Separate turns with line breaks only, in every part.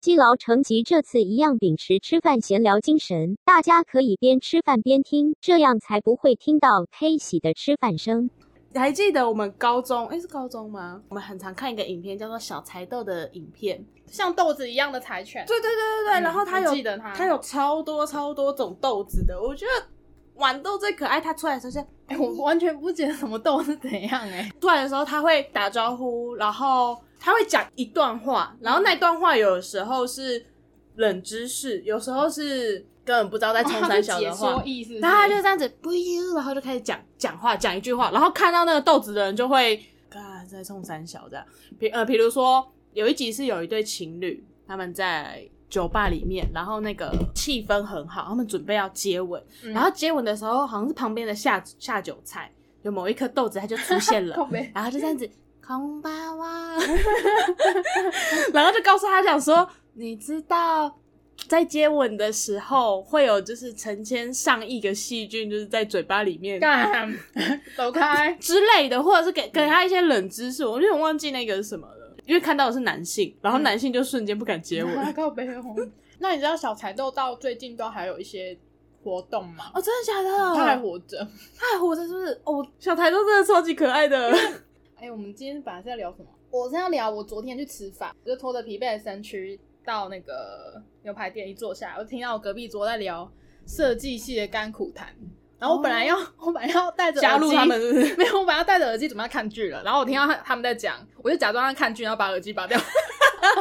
基劳成集这次一样秉持吃饭闲聊精神，大家可以边吃饭边听，这样才不会听到 K 喜的吃饭声。
还记得我们高中，哎、是高中吗？我们很常看一个影片，叫做《小柴豆》的影片。
像豆子一样的柴犬。
对对对对对，
嗯
然后它
我
有
记得它
它有超多超多种豆子的，我觉得豌豆最可爱。它出来的时候是，
哎、我完全不觉得什么豆是怎样哎、
出来的时候它会打招呼，然后它会讲一段话，然后那段话有时候是冷知识，有时候是根本不知道在冲
哦它
三
是
小
解
的话
说。意思是
然后哦他就这样子不悠，然后就开始讲讲话，讲一句话，然后看到那个豆子的人就会，看在冲三小这样。比呃，比如说有一集是有一对情侣，他们在酒吧里面，然后那个气氛很好，他们准备要接吻，
嗯
然后接吻的时候好像是旁边的下下酒菜有某一颗豆子，它就出 现了
靠，背
然后就这样子。空巴哇， 然后就告诉他讲说，你知道在接吻的时候会有就是成千上亿个细菌就是在嘴巴里面
干 走开。
之类的，或者是给给他一些冷知识，我有点忘记那个是什么了，因为看到的是男性，然后男性就瞬间不敢接吻。
靠背哦。那你知道小柴豆到最近都还有一些活动吗？
哦，真的假
它还
的？
活着。
他还活着是不是？哦，小台都真的超级可爱的。
哎、我们今天本来是要聊什么？我是要聊我昨天去吃饭，我就拖着疲惫的身躯到那个牛排店一坐下来，我就听到我隔壁桌在聊设计系的甘苦谈。然后我本
哦
来要，我本来要带着
加入
耳机
他们是不是
没有，我本来要戴着耳机准备要看剧了，然后我听到他他们在讲，我就假装要看剧，然后把耳机拔掉，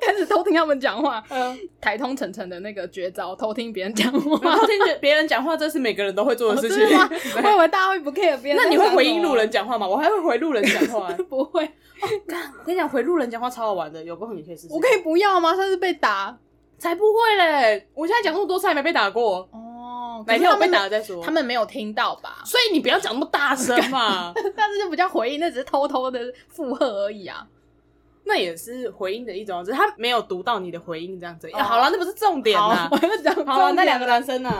开始偷听他们讲话。
嗯，
台通晨晨的那个绝招，偷听别人讲话
然。后听着别人讲话，这是每个人都会做的事情。
哦真的吗我以为大家会不 care 别人。
那你会回应路人？讲话吗？我还会回路人讲话、啊
不会，
我跟你讲，回路人讲话超好玩的，有空你可以试试。
我可以不要吗？上次被打
才不会嘞！我现在讲那么多次还没被打过，
哦
哪
每
天
天
我
我
被
被
打
打
了，再说。
他们没有听到吧？
所以你不要讲那么大声嘛，
但是就不叫回应，那只是偷偷的附和而已啊。
那也是回应的一种，只是他没有读到你的回应这样子。哎
哦
好了，那不是重点啊啦
好，。我要讲
好了，
重点
那两个男生呢？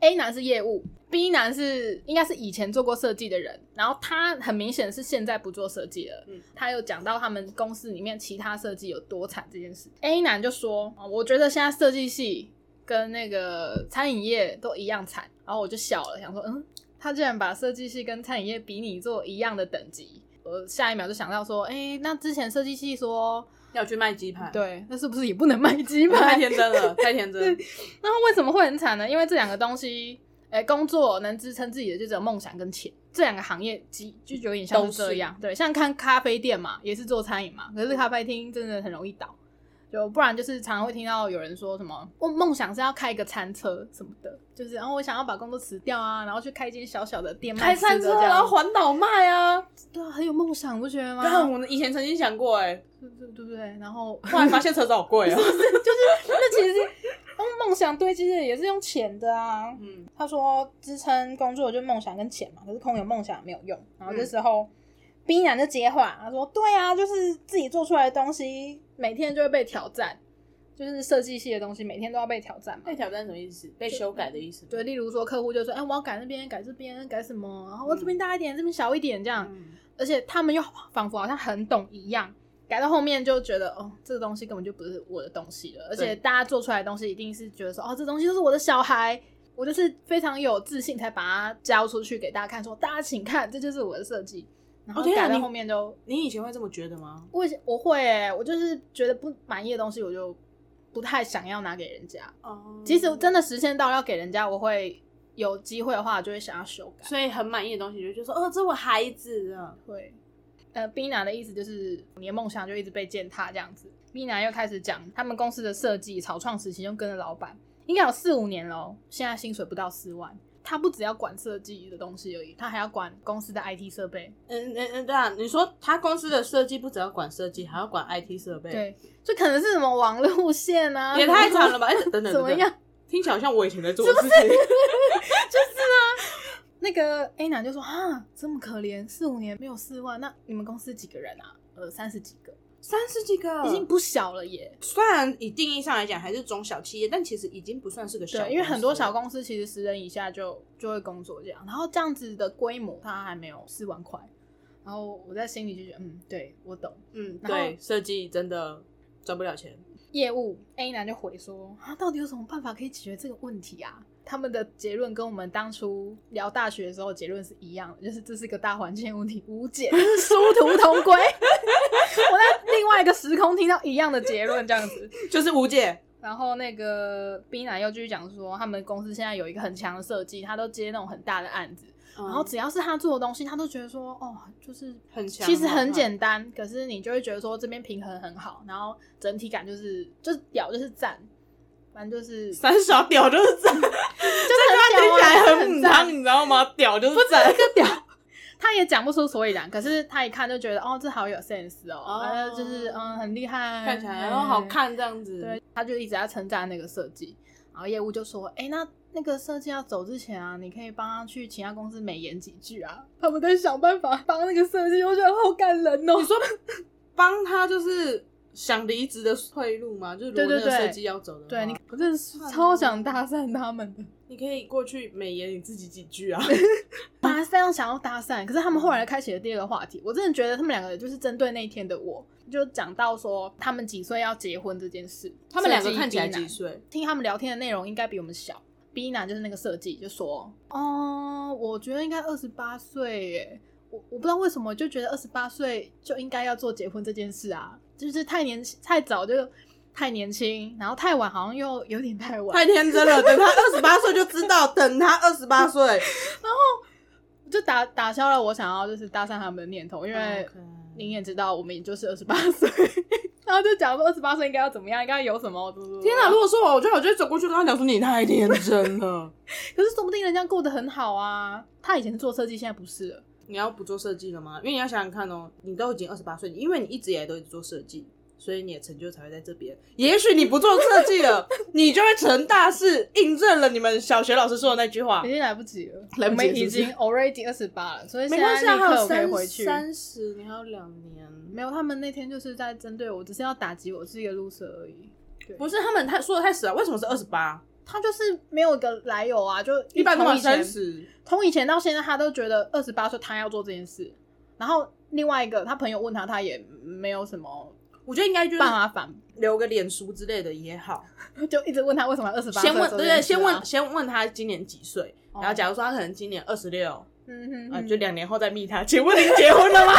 A 男是业务，B 男是应该是以前做过设计的人，然后他很明显是现在不做设计了。
嗯
他有讲到他们公司里面其他设计有多惨这件事。A 男就说：“哦我觉得现在设计系跟那个餐饮业都一样惨。”然后我就笑了，想说：“嗯，他竟然把设计系跟餐饮业比拟做一样的等级。”我下一秒就想到说：“哎、那之前设计系说，
要去卖鸡排，
对，那是不是也不能卖鸡
太
排？”
天真了，太天真。
那为什么会很惨呢？因为这两个东西，哎、工作能支撑自己的就只有梦想跟钱。这两个行业基就有点像
都
是
是
这样，对，像看咖啡店嘛，也是做餐饮嘛，可是咖啡厅真的很容易倒，就不然就是常常会听到有人说什么，我梦想是要开一个餐车什么的，就是然后、哦我想要把工作辞掉啊，然后去开一间小小的店
开
卖吃的
餐
这
车，
样，
然后环岛卖 啊！
对啊，很有梦想，不觉 得吗？
然后我们以前曾经想过，哎，
对对对不对？然后
后来发现车子好贵啊。
那其实是用梦想堆积的，也是用钱的啊，
嗯，
他说支撑工作就是梦想跟钱嘛，可是空有梦想没有用。然后这时候、B 男就接话，他说：“对啊，就是自己做出来的东西，每天就会被挑战，就是设计系的东西，每天都要被挑战嘛
被。挑战什么意思？被修改的意思吗。
对，例如说客户就说：‘哎、我要改那边，改这边，改什么？然后我这边大一点，这边小一点，这样。’
嗯，
而且他们又仿佛好像很懂一样，改到后面就觉得哦，这个东西根本就不是我的东西了。而且大家做出来的东西一定是觉得说，哦，这东西就是我的小孩，我就是非常有自信才把它交出去给大家看，说大家请看，这就是我的设计。然后
哦天啊
改到
你
后面就，
你以前会这么觉得吗？
我以前我会、欸，我就是觉得不满意的东西，我就不太想要拿给人家。
哦
即使真的实现到要给人家，我会有机会的话，我就会想要修改。
所以很满意的东西，就就说，哦，这我孩子啊。
会。呃，Bina 的意思就是你的梦想就一直被践踏这样子。Bina 又开始讲他们公司的设计草创时期就跟着老板，应该有四五年喽，现在薪水不到四万。他不只要管设计的东西而已，他还要管公司的 IT 设备。
嗯嗯嗯，对啊，你说他公司的设计不只要管设计，还要管 IT 设备，，
对，就可能是什么网路线啊，
也太惨了吧？哎、等等，等等
怎么样？？
听起来好像我以前在做的事情。
啊那个 A 男就说啊，这么可怜，四五年没有四万，那你们公司几个人啊？呃，三十几个，
三十几个，
已经不小了耶。
虽然以定义上来讲还是中小企业，但其实已经不算是个小，
对，因为很多小，公司其实十人以下就就会工作这样，然后这样子的规模它还没有四万块，然后我在心里就觉得，嗯，对我懂。
嗯，
然后
对，设计真的赚不了钱。
业务 A 男就回说啊，到底有什么办法可以解决这个问题啊？他们的结论跟我们当初聊大学的时候结论是一样的，就是这是一个大环境问题，无解，就是殊途同归。 我在另外一个时空听到一样的结论，这样子。
就是吴姐，
然后那个 B 男又继续讲说，他们公司现在有一个很强的设计，他都接那种很大的案子，然
然
后只要是他做的东西，他都觉得说，哦，就是
嗯很强
其实很简单，可是你就会觉得说这边平衡很好，然后整体感就是就是屌就是赞，反正就是就是
三小屌就是 赞，这
很
听
屌
起
啊，
来
就是
很
赞
脏，，你知道吗？屌就是赞，
这屌。他也讲不出所以然，可是他一看就觉得哦，这好有 sense 哦，
哦
呃，就是嗯，很厉害，
看起来
嗯
然后好看这样子。
对，他就一直在称赞那个设计，然后业务就说：“哎、那那个设计要走之前啊，你可以帮他去其他公司美言几句啊。” 他们在想办法帮那个设计，我觉得好感人哦。
你说帮他就是想离职的退路吗？就是如果
对对
那个
对
设计要走的话，
对你，我真的是超想搭讪他们 的，
你可以过去美言你自己几句啊。
搭非常想要搭讪，可是他们后来开启了第二个话题，我真的觉得他们两个就是针对那一天的我，就讲到说他们几岁要结婚这件事。
他们两个
设计
看起来
低男
几岁？
听他们聊天的内容应该比我们小。B 男就是那个设计，就说：“哦，我觉得应该二十八岁耶，我我不知道为什么就觉得二十八岁就应该要做结婚这件事啊，就是太年轻太早就太年轻，然后太晚好像又有点太晚。
太天真了，等他二十八岁就知道，等他二十八岁，
就打打消了我想要就是搭讪他们的念头，因为
OK
您也知道，我们也就是二十八岁， 然后就讲说二十八岁应该要怎么样，应该有什么。
天哪！
哪！
如果是我，我觉得我就会走过去跟他讲说：“你太天真了，
可是说不定人家过得很好啊，他以前是做设计，现在不是了。
你要不做设计了吗？因为你要想想看哦，你都已经二十八岁，因为你一直以来都一直做设计，所以你的成就才会在这边。也许你不做设计了，你就会成大事，印证了你们小学老师说的那句话
已。经来不及了，
来不及
我们已
是不是
经 already 二十八了，所以
没
现
关
在
系，啊
立
还
刻
有
我可以
三
回去。
三十，你还有两年。
没有，他们那天就是在针对我，只是要打击我是一个 loser 而已。
不是他们太说的太死啊了，为什么是二十八？
他就是没有一个来由啊，就
一般都
从
是
以前
三十。
从以前到现在，他都觉得二十八岁他要做这件事。然后另外一个，他朋友问他，他也没有什么
我觉得应该就是
办法反，
留个脸书之类的也好。
就一直问他为什么二十八岁
先
做
问
这
对
件事啊。
对，先问先问他今年几岁，
哦
然后假如说他可能今年二十六，
嗯哼
啊，
哼，
就两年后再密他。请问您结婚了吗？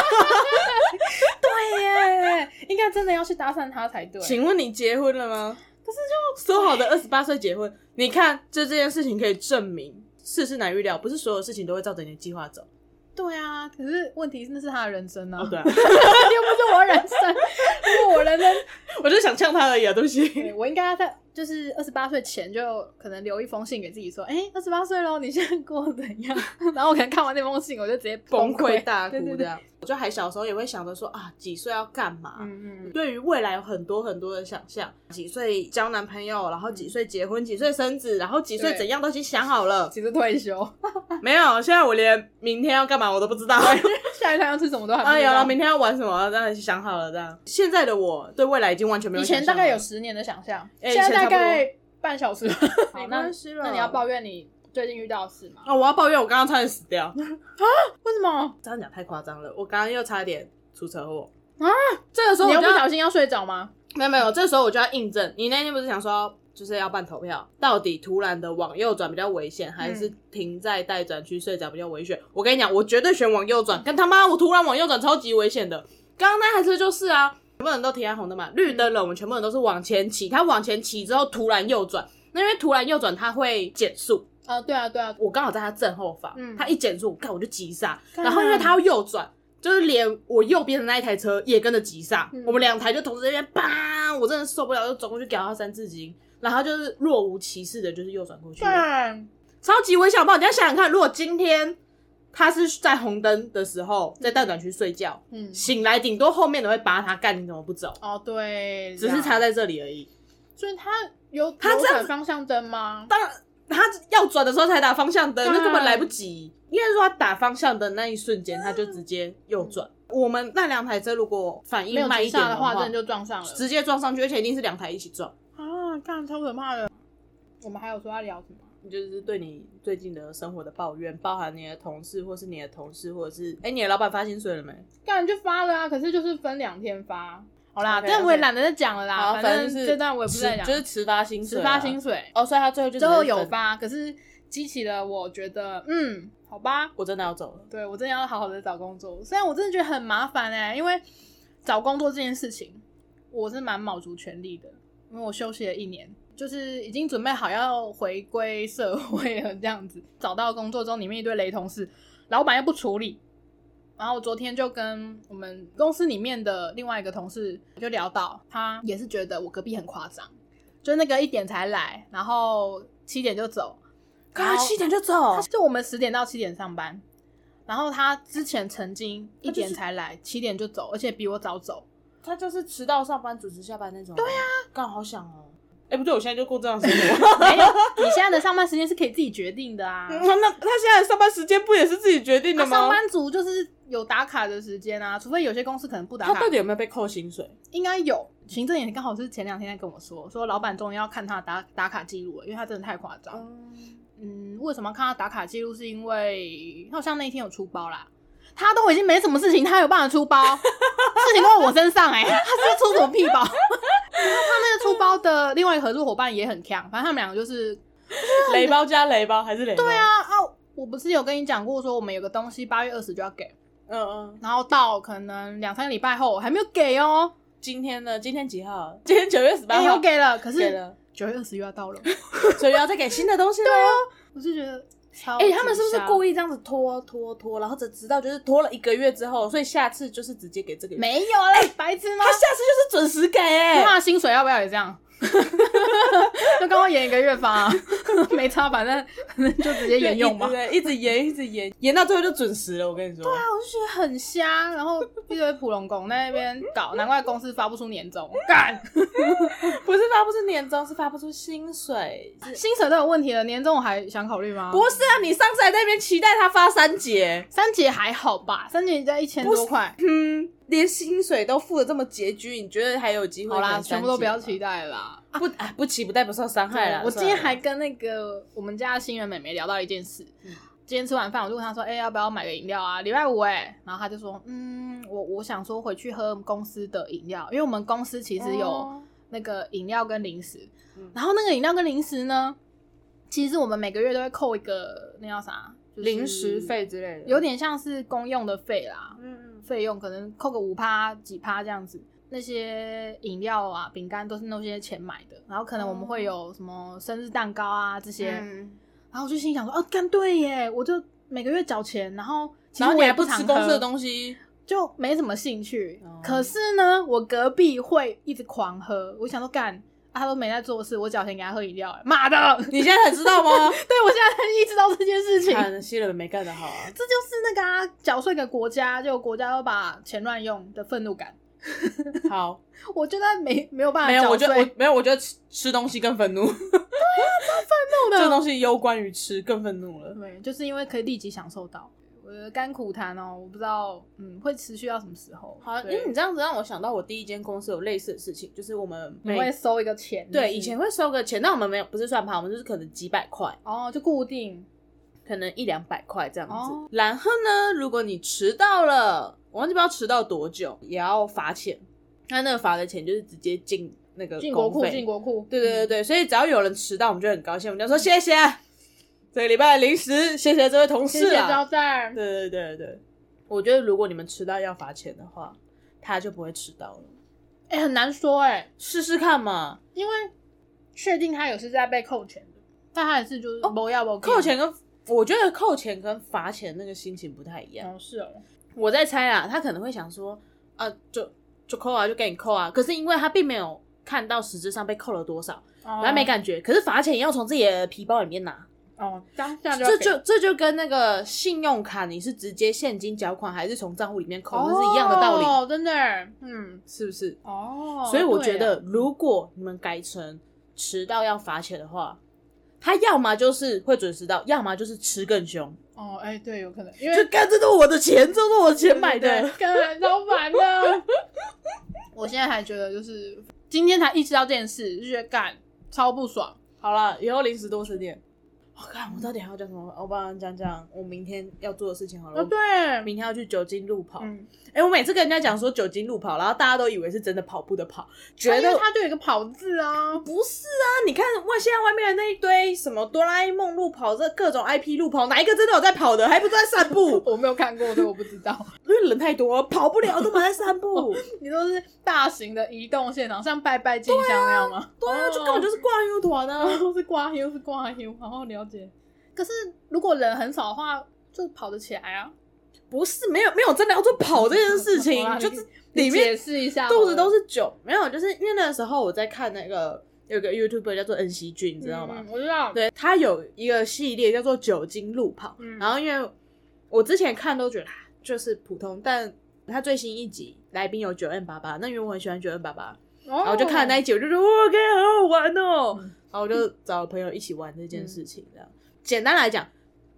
对耶，哎应该真的要去搭讪他才对。
请问你结婚了吗？可是就说好的二十八岁结婚，你看这这件事情可以证明世事难预料，不是所有事情都会照着你的计划走。
对啊，可是问题是那是他的人生啊，
哦，对、 啊，
又不是我的人生。如果我人生，
我就想呛他而已啊，对不
对
起。
我应该在就是二十八岁前就可能留一封信给自己说，哎、二十八岁喽，你现在过得怎样？ 然后我可能看完那封信，我就直接
崩
溃
溃大
对
哭
对对啊
这样，我就还小时候也会想着说啊，几岁要干嘛？
嗯嗯
对于未来有很多很多的想象，几岁交男朋友，然后几岁结婚，几岁生子，然后几岁
对
怎样都已经想好了
嗯，。其实退休，
没有，现在我连明天要干嘛我都不知道。
下一餐要吃什么都还不
啊，
知
有
道
了，。明天要玩什么，当然是想好了这样。现在的我对未来已经完全没有
以
想象了。
前大概有啊十年的想象，
哎
现在
以前差
大
不多
概半小时。 好，
没
那
关系了
那你要抱怨你最近遇到的事吗？
啊、我要抱怨我刚刚差点死 掉，
为什么？
这样讲太夸张了。我刚刚又差点出车祸
啊！
这个时候
你
我
又
就
不
要
小心要睡着吗？
没有没有，这时候我就要印证。你那天不是想说就是要办投票，到底突然的往右转比较危险，还是停在待转区睡着比较危险？我跟你讲，我绝对选往右转，跟他妈我突然往右转超级危险的。刚刚那台车就是啊，全部人都停在红灯嘛，绿灯了，我们全部人都是往前骑。他往前骑之后突然右转，那因为突然右转他会减速，
啊，对啊，对啊，
我刚好在他正后方，
嗯
他一减速，看我就急刹，
干
然后因为他要右转，就是连我右边的那一台车也跟着急刹，
嗯
我们两台就同时在那边叭，我真的受不了，就走过去给他三字经，然后他就是若无其事的，就是右转过去，
干
超级危险，好不好？你要想想看，如果今天他是在红灯的时候在待转区睡觉，
嗯，
醒来顶多后面的会扒他，干你怎么不走？
哦，对，
只是
这样
差在这里而已。
所以他有
他
有
这样
转
子
方向灯吗？
当然，他要转的时候才打方向灯，
对啊
那根本来不及。应该说，他打方向灯那一瞬间，他就直接右转。我们那两台车如果反
嗯没
应
有
慢
急
一点
刹的
话，
话，真的就撞上了
直接撞上去，而且一定是两台一起撞。
啊！干超可怕的。我们还有说要聊什么？
就是对你最近的生活的抱怨，包含你的同事，或是你的同事，或者是哎、你的老板发薪水了没？
干就发了啊，可是就是分两天发。好啦，
OK，
但我也
OK
懒得再讲了啦，
好，
反
正
正
就是
这段我也不再讲，
就是迟发薪水
只
啊，
发薪水，
哦，所以他最后就
最后
只是
有
分，
发，可是激起了我觉得，嗯，好吧，
我真的要走了。
对我真的要好好的找工作。虽然我真的觉得很麻烦哎、因为找工作这件事情，我是蛮卯足全力的，因为我休息了一年，就是已经准备好要回归社会了这样子。找到工作之后，里面一堆雷同事，老板又不处理。然后我昨天就跟我们公司里面的另外一个同事就聊到，他也是觉得我隔壁很夸张，就那个一点才来，然后七点就走，
刚
然
刚
后
七点就走
他，就我们十点到七点上班，然后他之前曾经一点才来，七点就走，而且比我早走。
他就是迟到上班，准时下班那种。对呀、啊，刚好想哦。哎、不对，我现在就过这样的生 活。
没有，你现在的上班时间是可以自己决定的啊。
那那他现在的上班时间不也是自己决定嗯的
那
吗？
上班族就是有打卡的时间啊，除非有些公司可能不打
他
卡
到，底有没有被扣薪水？
应该有。行政也刚好是前两天在跟我说，说老板终于要看他的打打卡记录了，因为他真的太夸张。 嗯，为什么要看他打卡记录？是因为他好像那一天有出包啦。他都已经没什么事情，他有办法出包？事情都在我身上哎、他是出什么屁包？ 然后他那个出包的另外一个合作伙伴也很强，反正他们两个就是
雷包加雷包还是雷包？对啊，
啊啊！我不是有跟你讲过说我们有个东西八月二十就要给，
嗯嗯。
然后到可能两三个礼拜后还没有给哦、
今天呢？今天几号？今天九月十八
哎
号、
有给了，可
给
是
了，
九月二十又要到了，
所以要再给新的东西了哟。
我就觉得超
啊 哎、他们是不是故
意？
意这样子拖拖拖，然后直直到就是拖了一个月之后，所以下次就是直接给这个月。
没有嘞，白痴吗
他？下次就是准时给哎、
那薪水要不要也这样？ 就跟我演一个月发、啊， 没差，反正反正就直
对
接沿用嘛。
对，对一直延，一直延，延到最后就准时了。我跟你说，对啊，
我就觉得很瞎，然后一堆普龙工在那边搞，难怪公司发不出年终，干
不是发不出年终，是发不出薪水。
薪水都有问题了，年终我还想考虑吗？
不是啊，你上次还在那边期待他发三节，
三姐还好吧，三姐在一千
不是
多块，
嗯，连薪水都付的这么拮据，你觉得还有机会？
好啦，全部都不要期
待，
待啦。
不哎不期不待不受伤害啦。
嗯我今天
算
还
了
跟那个我们家的新人妹妹聊到一件事，
嗯
今天吃完饭我就问她说，哎、要不要买个饮料啊？礼拜五哎、然后她就说，嗯，我我想说回去喝公司的饮料，因为我们公司其实有
哦
那个饮料跟零食，
嗯
然后那个饮料跟零食呢，其实我们每个月都会扣一个那叫啥、就是
零食费，之类的，
有点像是公用的费啦，
嗯，
费用可能扣个五趴几趴这样子。那些饮料啊、饼干都是那些钱买的，然后可能我们会有什么生日蛋糕啊这些，
嗯，
然后我就心想说，哦，干对耶，我就每个月缴钱，然后其
然后
实我
你
也
还不
常
吃公司的
喝
东西，
就没什么兴趣。
哦
可是呢，我隔壁会一直狂喝，我想说干、啊他都没在做事，我缴钱给他喝饮料，哎 妈的！对
你现在才知道 吗？
我现在才意识到这件 事情，
看西人没干得好 啊，
这就是那个啊，缴税给国家，就国家又把钱乱用的愤怒感。
好，
我觉得没没有办法
没有，
缴
我觉
税，
得我没有，我觉得吃吃东西更愤 怒，
愤
这个东西攸关于吃，更愤怒了。
对，就是因为可以立即享受到。我的甘苦谈哦，我不知道，嗯，会持续到什么时候？
好，因
对
为你这样子让我想到我第一间公司有类似的事情，就是我们
你
每
会收一个钱，
对
就是
以前会收个钱，但我们没有不是算盘，我们就是可能几百块，
哦，就固定
可能一两百块这样子。
哦
然后呢，如果你迟到了，我忘记不知道迟到多久，也要罚钱。那那个罚的钱就是直接进那个
进国
呃公
库，
费
进国库，嗯
对对对对，所以只要有人迟到，我们就很高兴，我们就说谢谢，这个礼拜的零食，谢谢这位同
谢
事
谢
啊。
招待。
对对对对，我觉得如果你们迟到要罚钱的话，他就不会迟到了。
哎、很难说哎、
试试看嘛，
因为确定他有是在被扣钱的，但他也是就是不要不
哦扣钱跟我觉得扣钱跟罚钱那个心情不太一样。
哦是哦，
我在猜啦，他可能会想说，啊，就就扣啊，就给你扣啊。可是因为他并没有看到实质上被扣了多少，
哦
他没感觉。可是罚钱也要从自己的皮包里面拿，
哦，当下就要
这
给
就这就跟那个信用卡你是直接现金缴款还是从账户里面扣，
哦
那是一样的道理，
哦，真的，嗯，
是不是？
哦，
所以我觉
对
得
啊，
如果你们改成迟到要罚钱的话，他要么就是会准时到，要么就是吃更凶。
哦，哎、对，有可能，因 为
就干，这都是我的钱，这都是我钱买
对
的。
对对干超烦的。 我现在还觉得就是今天才意识到这件事，就觉得干超不爽。
好了，以后零食多吃点。我、看我到底还要讲什么？哦我帮你讲讲我明天要做的事情好了。
哦，
我
对，
明天要去酒精路跑。哎、
嗯，
我每次跟人家讲说酒精路跑，然后大家都以为是真的跑步的跑，觉
觉
得
得他就有一个跑字啊，？
不是啊，你看外现在外面的那一堆什么哆啦 A 梦路跑，这各种 IP 路跑，哪一个真的有在跑的？还不是在散步
我没有看过，所以我不知 道。
因为人太多，跑不了，都没在散步。
你都是大型的移动现场，像拜拜进香那样吗？哦
对啊，就根本就是是挂 U 团 啊。
是挂 U 是挂 U，好好了解。可是如果人很少的话，就跑得起来啊。
不是，没有没有真的要做跑这件事 情
好啦，
就是里
你你
面
解释一下，
肚子都是酒，没有，就是因为那时候我在看那个有个 YouTuber 叫做恩熙俊，你
你
知道吗？
我知道，
对他有一个系列叫做酒精路跑，
嗯
然后因为我之前看都觉得啊就是普通，但他最新一集来宾有九 N 爸爸，那因为我很喜欢九 N 爸爸，
然
然后我就看了那一集，我就觉得哇，感觉好好玩哦，
哦嗯
然后我就找了朋友一起玩这件事情。这样，简单来讲，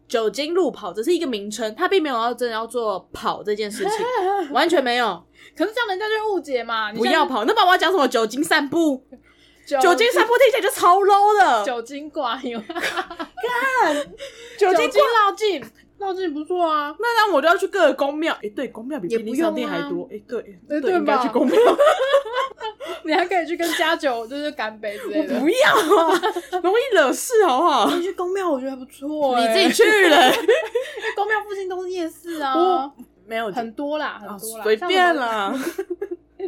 酒精路跑只是一个名称，它并没有要真的要做跑这件事 情，完全没有。
哦可是这样人家就会误解嘛。你
不要跑，那爸爸讲什么酒精散步？
像
酒精散步听起来就超 low 的，
酒精挂 U，
酒
酒
精
精
挂
绕境，绕境不错啊。
那让我就要去各个宫庙。哎，对，宫庙比
也
便利
不
商
用
店还
啊
多。哎，对，
对
对，
吧
应该去 宫庙。
你还可以去跟家酒 就是干杯之类的。
不要啊，容易惹事好不好？
去公庙，我觉得还不错
你
欸
自己去了，
因为公庙附近都是夜市啊
我，没有
很多啦，很
啊
多啦，
哦随
像
便
我
啦。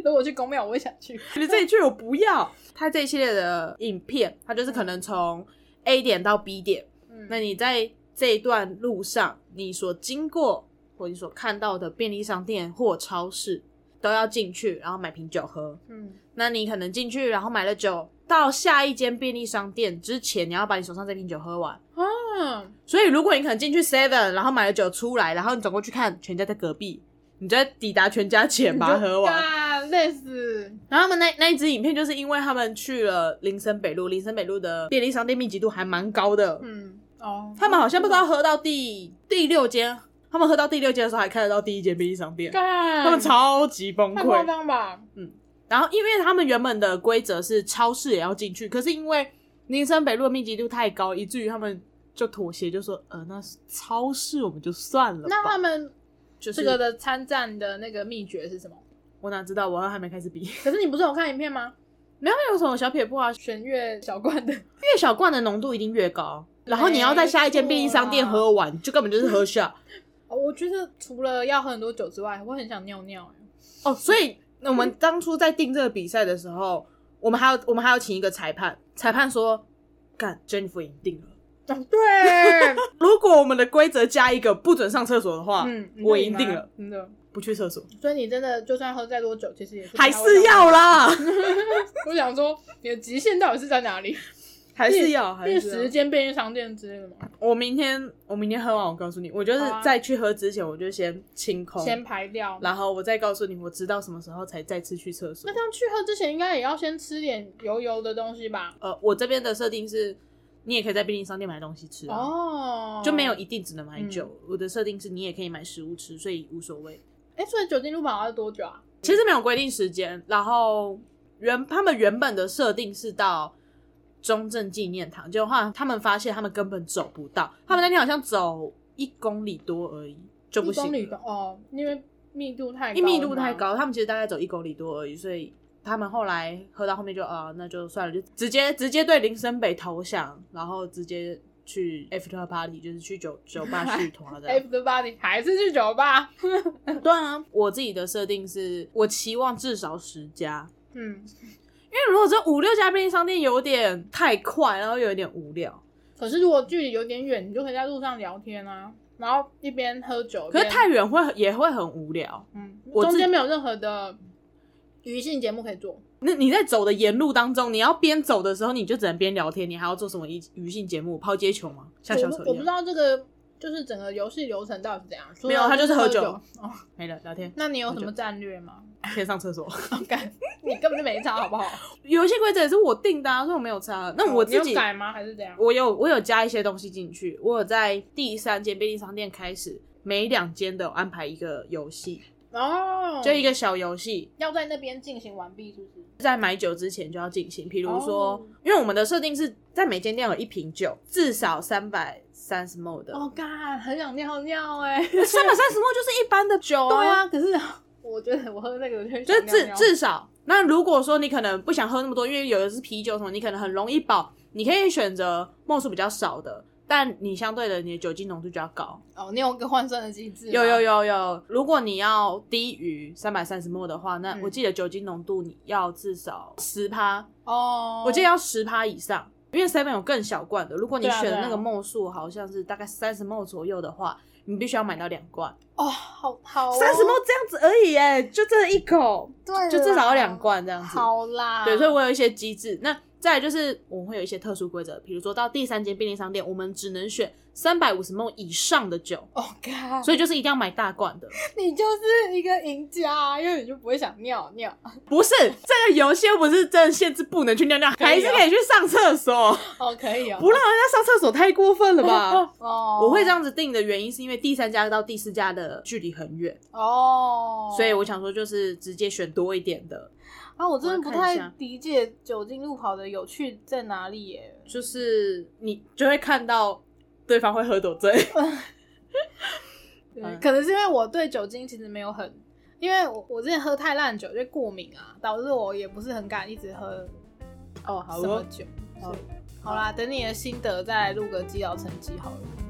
如果去公庙，我 也想去。
你这一句我不要。它这一系列的影片，它就是可能从 A 点到 B 点，
嗯
那你在这一段路上，你所经过或你所看到的便利商店或超市，都要进去，然后买瓶酒喝。
嗯，
那你可能进去，然后买了酒，到下一间便利商店之前，你要把你手上这瓶酒喝完。
啊，
所以，如果你可能进去 Seven，然后买了酒出来，然后你走过去看全家在隔壁，你在抵达全家前把它喝完。
干累死。
然后他们那那一支影片，就是因为他们去了林森北路，林森北路的便利商店密集度还蛮高的。
嗯，哦，
他们好像不知道喝到第第六间，他们喝到第六间的时候还看得到第一间便利商店，
干，
他们超级崩
太夸
溃。
张吧？
然后因为他们原本的规则是超市也要进去，可是因为林森北路的密集度太高，以至于他们就妥协，就说呃，那超市我们就算了吧。
那他们
就是
这个的参战的那个秘诀是什么？
我哪知道，我还没开始 比。
可是你不是有看影片吗？
没有有什么小撇步啊，
弦乐小罐的，
越小罐的浓度一定越高，然后你要在下一间便利商店喝完，就根本就是喝下
哦我觉得除了要喝很多酒之外，我很想尿尿欸。
哦。所以
嗯
那我们当初在定这个比赛的时候，我们还要我们还要请一个裁判，裁判说，干 Jennifer 赢定了。
哦， 对，
如果我们的规则加一个不准上厕所的话，
嗯，你就
我
赢
赢定
啊
了，，
真的。
不去厕所
所以你真的就算喝再多酒，其实也是
还是要。啊啦，
我想说，你的极限到底是在哪里？
还是要还
第
是
十
要。
间便利商店之类的吗？
我明天我明天喝完，我告诉你，我就是
好啊
在去喝之前，我就先清空，
先排掉。
哦然后我再告诉你，我知道什么时候才再次去厕所
那。像去喝之前，应该也要先吃点油油的东西吧？
呃，我这边的设定是，你也可以在便利商店买东西吃、啊，
哦，嗯
就没有一定只能买酒。我的设定是你也可以买食物吃，所以无所谓。
哎，所以酒精路跑要多久啊？
其实没有规定时间，然后原他们原本的设定是到中正纪念堂，结果后来他们发现他们根本走不到，他们那天好像走一公里多而已就不
一公里
行
吧
了，
哦，因为密度太高
因为密度
嘛
太。高，他们其实大概走一公里多而已，所以。他们后来喝到后面就啊、那就算了，就直接直接对林森北投降，然后直接去 after party，就是去酒酒吧续团这样。
Everybody 还是去酒吧，
对啊，我自己的设定是我期望至少十家，
嗯，
因为如果这五六家便利商店有点太快，然后又有点无聊，
可是如果距离有点远，你就可以在路上聊天啊，然后一边喝酒，
可是
一边
太远会也会很无聊。
嗯，
我自
中间没有任何的娱乐性节目可以做，
那你在走的沿路当中，你要边走的时候，你就只能边聊天，你还要做什么娱娱性节目？抛接球吗？像小
我
丑
不我
一
不知
样？
道这个就是整个游戏流程到底是怎样。除
没有
了
它就是
是
喝
酒。
酒
哦，
没了，聊天，
那你有什么战略吗？
先上厕所。
改， 你根本就没差，好不好？
有一些规则也是我定的、啊，所以我没有差。那 我
哦你有
自己，
改吗？还是怎样？
我有我有加一些东西进去，我有在第三间便利商店开始，每两间的安排一个游戏，
哦，
就一个小游戏，
要在那边进行完毕，是不是？
在买酒之前就要进行。比如说，
哦
因为我们的设定是在每间店有一瓶酒，至少三百三十 ml 的。
哦，干，很想尿尿 哎、
三百三十 ml 就是一般的酒
对啊，可是我觉得我喝那个我就会
就是
想尿
至
尿
至少，那如果说你可能不想喝那么多，因为有的是啤酒什么，你可能很容易饱，你可以选择墨数比较少的，但你相对的你的酒精浓度就要高。
哦，你有个换算的机制吗，啊
有有有有，如果你要低于三百三十沫的话，那
嗯
我记得酒精浓度你要至少十趴，
哦，
我记得要十趴以上。因为 seven 有更小罐的，如果你
对啊
选的
对啊
那个沫数好像是大概三十沫左右的话，你必须要买到两罐，
哦，好好哦
三十沫这样子而已耶，就这一口，
对啦，
就至少要两罐这样子。
好啊啦，
对，所以我有一些机制。那再来就是我们会有一些特殊规则，比如说到第三间便利商店，我们只能选三百五十 ml 以上的酒，
哦，干，
所以就是一定要买大罐的。
你就是一个赢家，因为你就不会想尿尿。
不是这个游戏又不是真的限制不能去尿尿，
以哦
还是可以去上厕所，
哦，可以哦，
不让人家上厕所太过分了 吧？
哦，
我会这样子定的原因是因为第三家到第四家的距离很远，
哦，
所以我想说就是直接选多一点的，
啊，我真的不
我来看
太
一下
理解酒精路跑的有趣在哪里耶。
就是你就会看到对方会喝多醉。
对
嗯
可能是因为我对酒精其实没有很，因为我我之前喝太烂酒就过敏啊，导致我也不是很敢一直喝
哦，好
什么酒。
好
所以好啦，等你的心得再录个基佬成绩好了。